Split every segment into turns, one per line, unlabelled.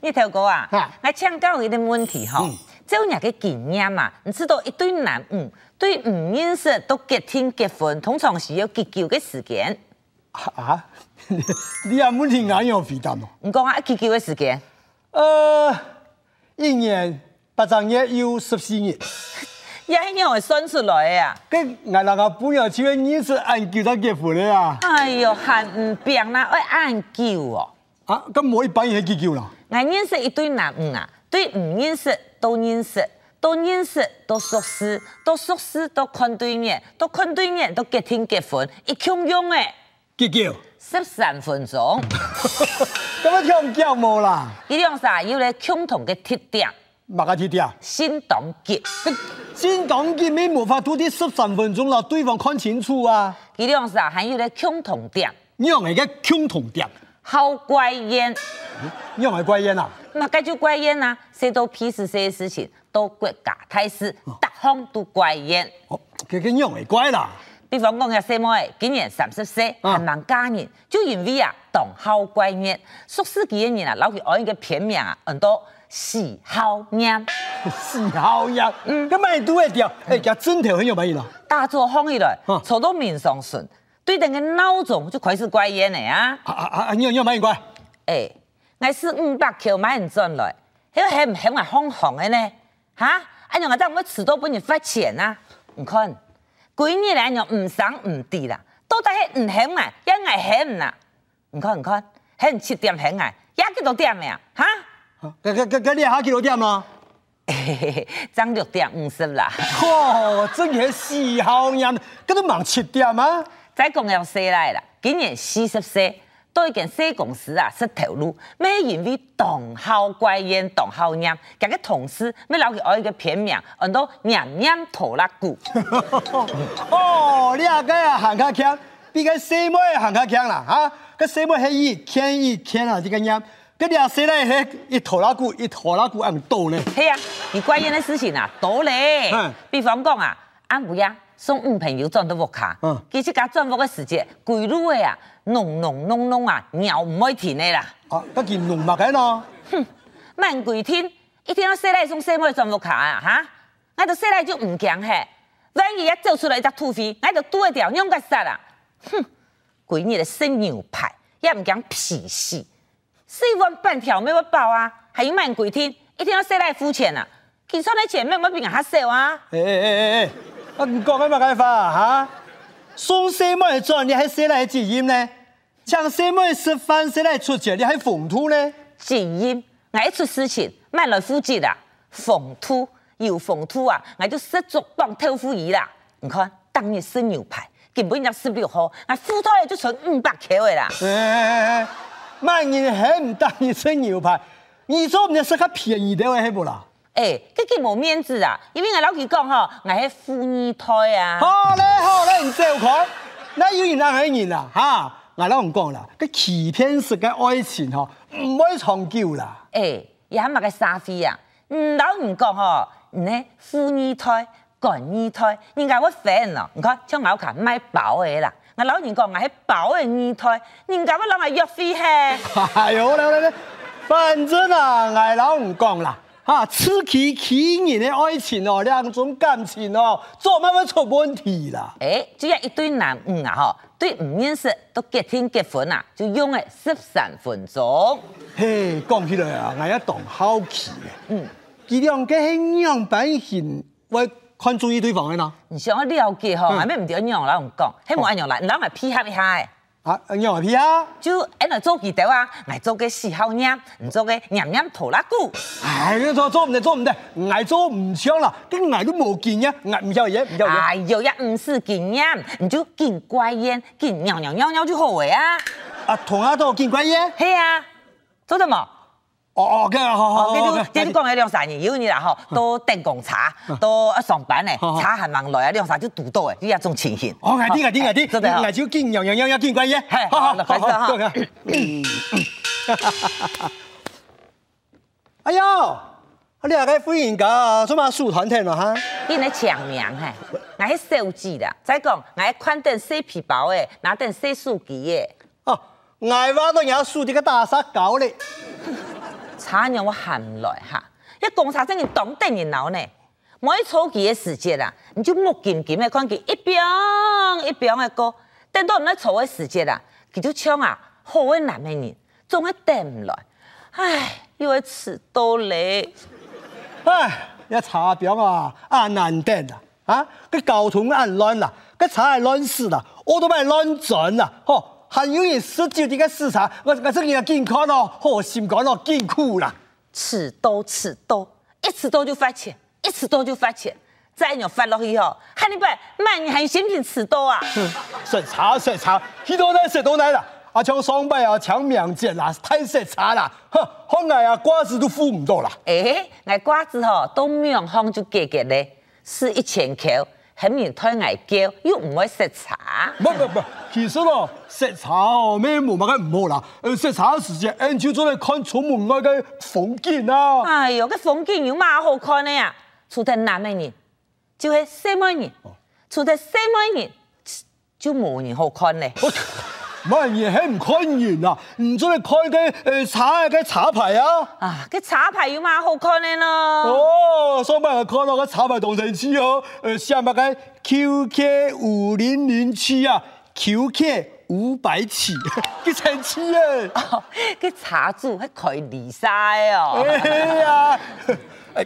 你头哥啊
哈，
来请教一点问题哈
嗯。
这有两个经验嘛，你知道一对男女对唔认识都结亲结婚，通常是要结交嘅时间。
啊， 你也没听俺样回答哦。
你讲下啊结交嘅时间，
呃，一年八十日有十四日，
也系样会算出来的啊。
跟俺那个朋友去认识俺叫他结婚的啊。
哎哟，还唔变啦，要按叫哦。
啊，咁我一般也去叫啦。
俺认识一对男女啊，对唔认识都认识，都认识都熟识，都熟识都看对眼，都看对眼都结亲结婚，一共用诶
结叫，
十三分钟。
咁啊听叫冇啦，
伊两啥啊有咧共同嘅特点，
马家铁铁啊。
心动结。
先讲见面无法拖啲十三分鐘，讓對方看清楚啊！
伊两啥还有咧共同点，
讓人家共同點，
好怪烟。
讓人怪人啊！
那该就怪烟啊，谁都批示这些事情，都国家大事，大方都怪烟。
哦，佢佢讓人怪啦，
比方講嘅細妹，今年三十歲，
啊
還忙家人，就因為啊，當孝怪熱，宿舍幾嘅人啊，攞去愛嘅片名啊，很多喜好念，
是好呀。咁咪都哎會掉，誒，夾真頭很有名啦。
大作風起來
啊，
坐到面上順，對等嘅鬧鐘就開始怪熱嚟啊！
啊啊啊！讓讓人怪，
誒，哎我是五百球買人轉來，迄個係唔係我哄哄嘅呢？嚇！啊，讓我當我遲到本人發錢啊！唔看，幾年來讓唔省唔地啦，到底係唔肯啊，一係肯啦，唔看唔看，肯七點肯啊，也幾多點呀？ 嚇！
啊咁咁咁咁你下幾多點啦？
嘿嘿嘿，漲六點五十啦。
哦，真係是好人，咁都忙七點啊！
再講又四來啦，今年四十歲，到一間細公司啊，識頭路，咩因為同校怪煙、同校念，夾個同事咩留佢愛嘅片名，按到念念拖拉骨，
哦，你啊個行較強，比個細妹行較強啦，啊，個細妹係一天一天啊，這個樣，跟你啊細妹係一拖拉骨一拖拉骨按倒咧。
嘿啊，你怪煙嘅事情啊多咧
嗯，
比方講啊，俺唔呀送五朋友轉到屋卡
嗯，
其實甲轉屋嘅時節，規路嘅啊，濃濃濃濃啊，尿唔愛停嘅啦。
啊，嗰件濃墨嘅咯，
慢几天，一天要洗来送洗妹全部卡啊哈！我到洗来就唔惊嘿，万一一走出来一只土匪，我就拄得掉，让个杀啦！哼，几日的生牛排也唔讲脾气，四碗半条没有饱啊，还有慢几天，一天要洗来付钱啊！其实你前面我比人较少啊，
誒誒誒誒，我唔講緊乜解法啊嚇！送細妹轉，你喺寫嚟自音呢？請細妹食飯寫嚟出錢，你喺風土呢？
只因我一出事情，慢来负责啦，防突有防突啊，我就失足帮偷夫鱼啦。你看当日生牛排，根本就十六号，我副胎就存五百口的啦。
誒誒誒，萬哎人喺唔當你食牛排，你做唔係食較便宜啲嘅係無啦？
哎、这个没面子啊！因为我老实讲吼，我是富二胎啊。
好咧好咧，唔少講，那有人啊有人啦嚇，我老唔講啦，個欺騙式嘅愛情吼，唔會長久啦。
哎、也冇个沙飛啊！唔老唔講吼，呢富二胎、官二胎，人家我烦咯。你看，像我看買包的啦，我老人講我係包的二胎，人家我攞嚟約飛嘿。
哎呦，来来来，反正啊，爱老唔讲啦，哈，此起彼人的爱情哦，两种感情哦，做乜会出问题啦？
哎，只要一对男女啊吼，對唔認識都結婚結婚啊，就用了十三分鐘。
嘿，讲起来啊，我一当好奇咧，嗯，佢两个系样本性，会看注意对方的啦，
你想要了解吼，
嗯
我咩唔對讓老人講，係冇按樣啦，老人批合一下的。
啊，样皮啊，
就俺来做几条啊，俺做个四号娘，唔做个娘娘拖拉骨。
哎，你做做唔得，做唔得，爱做唔上啦，跟爱都冇见呀，爱唔要嘢，唔要嘢，
哎呦，也唔是紧呀，你就紧乖烟，紧尿尿尿尿就好个啊。
啊，同阿都见鬼嘢，
嘿啊，做什么？
哦哦，嘅，好好
哦，嗯
好，
这
好
就这就讲起两三年，有你啦吼，都等公茶，都啊上班嘞，
好好
茶还忙来啊，两三就堵到诶，你也种情形。
哦，我啲我啲我
真的
啲，
哦
我就見樣樣樣樣見鬼嘢，
係好開始啦
好好 哎呦，你阿個夫人家做嘛書團聽咯哈？
你来抢名嘿，俺是手机啦，再讲俺款等洗皮包诶，拿等洗手机诶，
哦，我話都有書啲個大殺狗咧，
差让我喊来哈！一公差真是懂得热闹呢。每初期的时节啦，你就目金金的看佢一遍一遍的歌，等到唔咧初的时节啦，佢就唱啊好的男的人，总系等唔来。唉，又会迟到嘞。
唉，一查表啊，啊難頂啊，啊個交通啊亂啦，個車啊亂死啦，我都咪亂轉啦，吼，還有人十九點個市場，我我這人健康咯，好心肝咯，健苦啦，
尺刀尺刀，一尺刀就发钱，一尺刀就发钱，再鸟发落去哦，喊你拜卖你还有嫌品尺刀啊？
食茶食茶，幾多奶食多奶啦，啊像雙倍啊搶命節啦，太食茶啦，哼，好矮啊瓜子都付唔到啦。
诶，挨瓜子吼都妙方就解决咧，是一千口，很人推挨叫，又唔会食茶。
不不不，其實咯，食茶哦，咩冇乜嘅唔好啦。呃，食茶嘅時間，晏朝早嚟看楚門外嘅風景啊。
哎哟，个风景有嘛好看的呀？除掉南美人，就系西美人，除掉西美人，就冇人好看咧。
我乜嘢係唔看完啊？唔准你開嘅呃茶嘅茶牌啊！
啊，个茶牌有嘛好看的咯？
哦，上班看到個茶牌同城區哦，呃，下面嘅 QK 五零零七啊，QK 五百七， 幾城區啊！
个茶主还可以离晒哦。
哎呀，哎，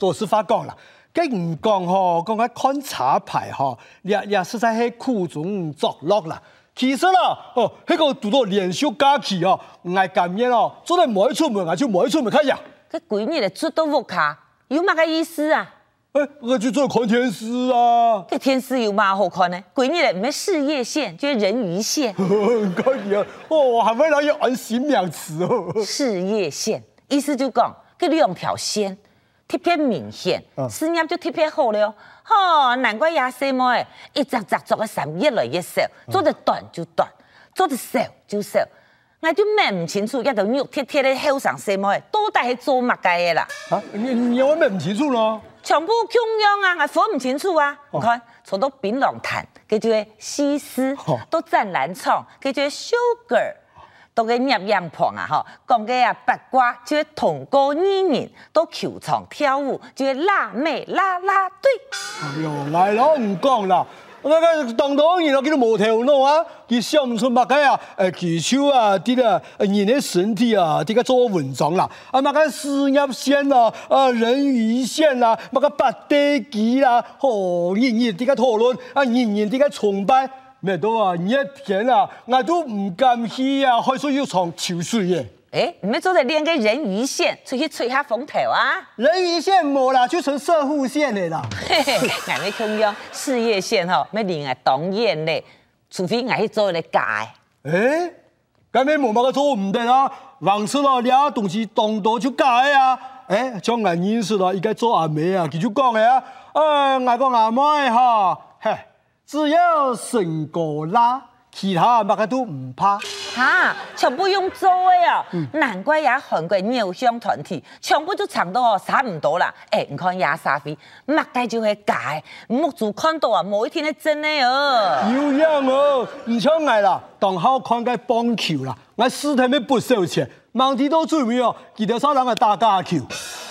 我是法講啦，跟唔講吼，講下看茶牌吼，啊也也實在係苦中作樂啦。其實啦，哦，迄個拄到連續假期哦，愛感染哦，做得唔愛出門，我就唔愛出門看呀。
个鬼日的出到屋卡，有嘛个意思啊？
哎，我就做看電視啊，，
个天师有嘛好看呢？鬼日的没事业线，就是人鱼线
唔該嘢，哦，我還會拿要按閃名詞哦。
事业线意思就讲，个两条线特别明显，
嗯
事业就特别好了。吼、难怪亚西妹诶，一扎扎做个衫越来越少，做得短就短，做得少就少。我就问唔清楚，一头肉贴贴的后生西妹，到底系做乜嘅嘢啦？
啊，你你有咩唔清楚咯？
全部中央啊，我分唔清楚啊。
哦
你看，从到槟榔炭，佢就会西施
哦；
到湛蓝创，佢就会 sugar；到嘅nhập洋旁啊，吼，讲嘅啊八卦就会同歌艺人；到球场跳舞就会辣妹啦啦队。
又來咯，唔講啦。我講當當然啦，佢都冇頭腦啊，佢想唔出乜嘅啊，誒技巧啊，啲啊，人嘅身體啊，啲個做文章啦，啊乜個事業線啦，啊人魚線啦，乜個八地基啦，哦，人人啲個討論，啊人人啲個崇拜，咩都啊，一天啊，我都唔敢去啊，開始要藏潮水嘅。
诶，你们做在练个人鱼线，出去吹下风头啊！
人魚線冇啦，就成射護線嚟啦。
嘿嘿，俺们中央事业线吼，要恋爱当然嘞，除非俺去做咧假的。
诶，咁你冇乜个错唔得啊啦，王叔咯，你啊同事当到就假的啊。诶，像俺认识咯，伊个做阿妹啊，佢就讲嘅啊，诶，我讲阿妹哈，嘿，只要成果啦，其他乜个都唔怕。
哈，全部用做的哦，难怪也韩国偶像团体全部都唱到哦，差唔多啦。哎、你看也沙飞，擘街就会假的，目珠看到啊，每一天都真的哦。
有样哦，唔像我啦，当好看嘅棒球啦，我四天要不收钱，忙地都做咩哦，记得少人个打假球。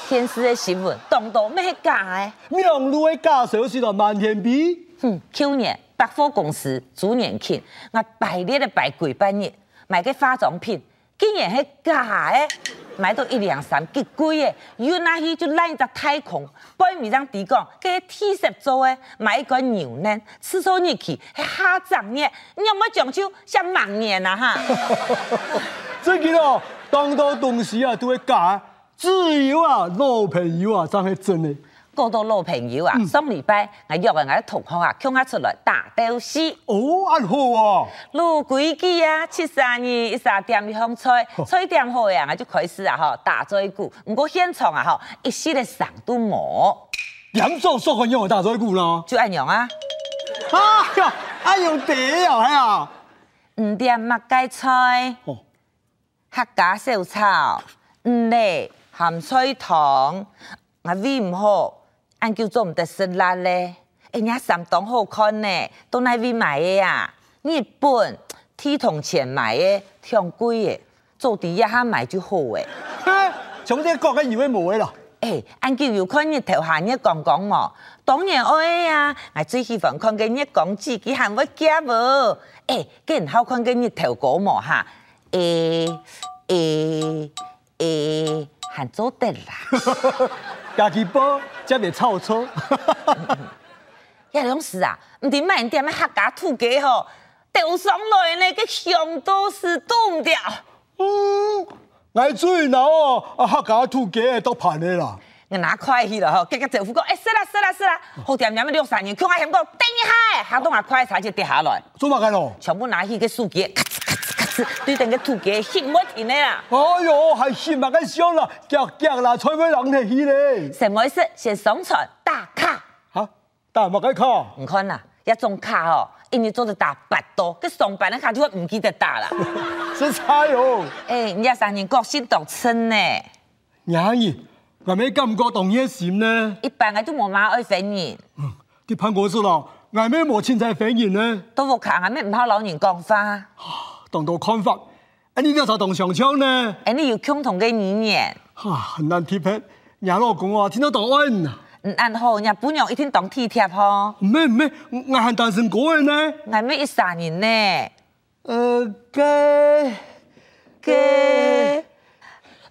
天师的新闻，当到咩假的？
明路嘅假手是到漫天比。
哼，去年百货公司周年庆，我排列了排几半日，买个化妆品，竟然是假的，买到一两三极贵的，有那去就烂一只太空，半面上提讲，这 T 恤做的，买一个牛腩，吃上你去，还下涨呢，你有没讲究像盲年啊哈？
最近哦，当到东西啊都会假，只有啊老朋友啊才会真的。
过到老朋友啊，上礼拜我约个我的同学啊，叫我出来打斗戏。
哦，啊好啊，
路轨机啊，七三二一三点一方吹
哦，
吹点好呀，我就开始啊吼打一鼓。不过现场啊吼，一丝的声都冇，
点做说个用我大嘴鼓咯。
就安样啊，
啊呀，啊用茶啊哎呀，
五点麦芥菜，
哦，
客家小炒，五嘞咸菜糖，我胃唔好，俺叫做唔得食辣咧。哎，人家三档好看呢，都那边买的啊，日本剃铜钱买的，挺贵的，做底一下买就好诶。
嘿，从这个嘅以为冇嘅啦。
诶，俺叫有看日头下日光光哦，当然爱啊！我最喜欢看见日光自己喊我家无。诶，更好看见日头高么哈？诶诶诶，喊做得啦！
家己煲，才袂臭臭。
一两时啊，唔知卖点咩客家土鸡吼，豆爽来呢，个香都是冻掉。
嗯，我最脑哦，啊客家土鸡的都盘的啦。
我拿快去了吼，结果政府讲，诶，是啦是啦是啦，好点点么六三年，叫我喊讲等一下，行动啊快，茶就跌下来。
做乜嘅咯？
全部拿起个数据，咔哧咔哧咔哧，对等个土鸡翕没停的啦。
哎哟，还是物嘅少啦，夹夹啦，菜尾人提起咧。
什么意思？先上传打卡，
哈，但物嘅卡，
你看啦，一种卡哦，一年做得打八多，个上班的卡就会唔记得打啦。
真差哦。
诶、人家三年国新独称呢，
伢姨，我咪感觉同嘢閃呢？
一般个都冇马爱反应，
啲潘果叔咯，我咪冇錢仔反應呢？
都冇卡下咩唔好老人讲法。
同到看法，啊你呢就同上槍呢？
诶、哎你有共同嘅语言，
哈、很難貼皮。伢老講話聽到當恩啊，
唔按好，人家本娘一天当体贴吼，
唔咩唔咩，我係單身果嘅呢。
挨咩一三年呢？
呃，嘅
嘅。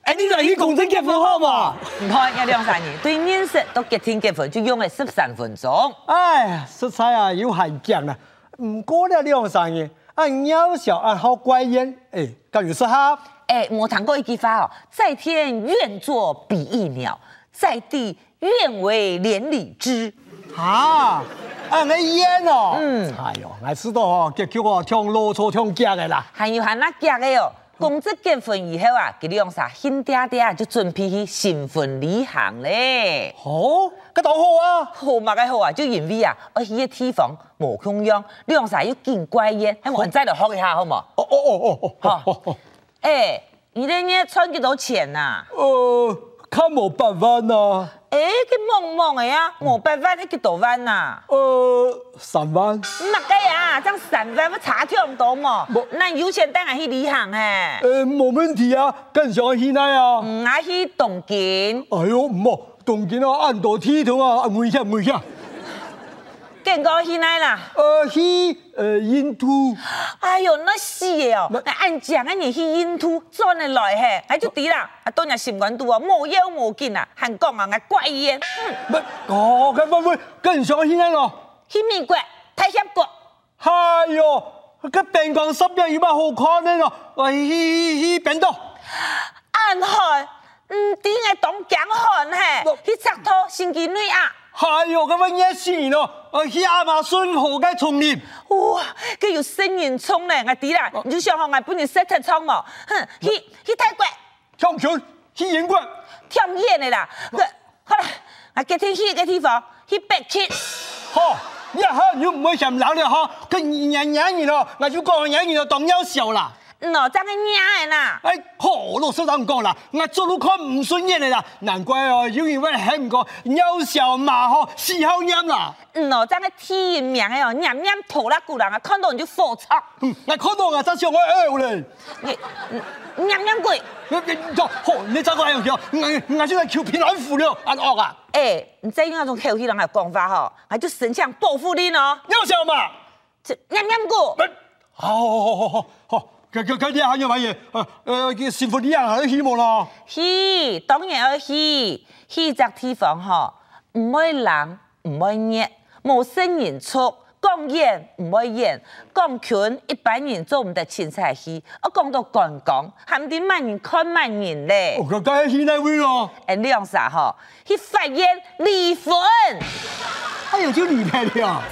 哎，你就要共真結婚好嘛？
唔看一兩三年，對認識到結天結婚就用了十三分鐘。
哎，實在啊，有限見啊，唔過了兩三年，按幼哎小按好乖人，哎，咁有適合。
哎，我談過一句話哦，在天願作比翼鳥，在地願為連理枝。
啊，啊，我烟哦，嗯，哎呦，我知道哦，结局哦，听啰嗦听假的啦，
還有喊那假的哦，公職結婚以後啊，佢用啥新嗲嗲就準備去新婚旅行咧。
哦，个倒好啊，
好嘛嘅好啊，就因為啊，我去個地方無空樣，你用啥要見怪嘢，喺我再嚟學一下好冇？
哦哦哦哦，哦哦
哎，你咧呢存幾多錢啊？
哦，呃，看冇八万啊，
诶，佮梦梦的呀，五百万迄个多万啊呐，
呃，三万，
唔乜个呀，这样三万要差跳唔到嘛
无，
那有钱当然去旅行嘿，
呃，冇问题啊，更想去那啊，
唔爱去东京，
哎呦，唔好，动静啊，按到天堂啊，危险危险，
更高去哪啦？
呃，去呃印度，
哎哟，那死的哦
那，
按讲啊，你去印度转得来嘿，哎就抵啦，啊当然心肝肚啊，无腰无筋啊，还讲啊，我怪烟，嗯
乜，哦，咁乜乜，更想去那咯，
去美国、泰峡国，
哎呦，个病光湿病有乜好看的咯，哎，去去病毒。
安海，唔抵嘅当江汉嘿
那，
去赤土新几内亚。
哎呦，咁樣熱死咯！啊，去亞馬遜河嘅叢林，
哇，佮有新人冲嘞，我知啦，你就想好我本人 set 特冲哦，哼，去去泰国
向前去英國，
跳艳的啦，佮好啦，我今天去个地方去北京，
哈！一下你唔會嫌老了哈，佢人人人咯，我就講人人咯當優秀啦。
哪张个娘的啦，
哎，何老師都唔講啦，我做到看唔順眼嘅啦，難怪哦，有人會喊唔過優秀嘛嗬，是好音啦。
哪张个天人名的哦，娘娘拖拉古人啊，看到你就火臭，
嗯我看到我真想我嘔嘞，
你娘娘鬼，
你你好，你真係樣，我我真係求平安符了，安惡啊，
哎，你再用那种口气人的讲法吼，我就神像报复你哦，
優秀嘛。
这娘娘鬼，
好好好好好，佢佢佢啲下樣嘢，誒誒叫善父啲人係希望啦。
去，當然要去，去只地方吼，唔愛冷，唔愛熱，無聲人出。講演唔愛演，講拳一般人做唔得凊彩戲，我講到講講，含啲慢人看慢人咧。
佢梗係去那位咯。
誒，你用啥吼？去發言離婚。
哎呦，就你睇的啊！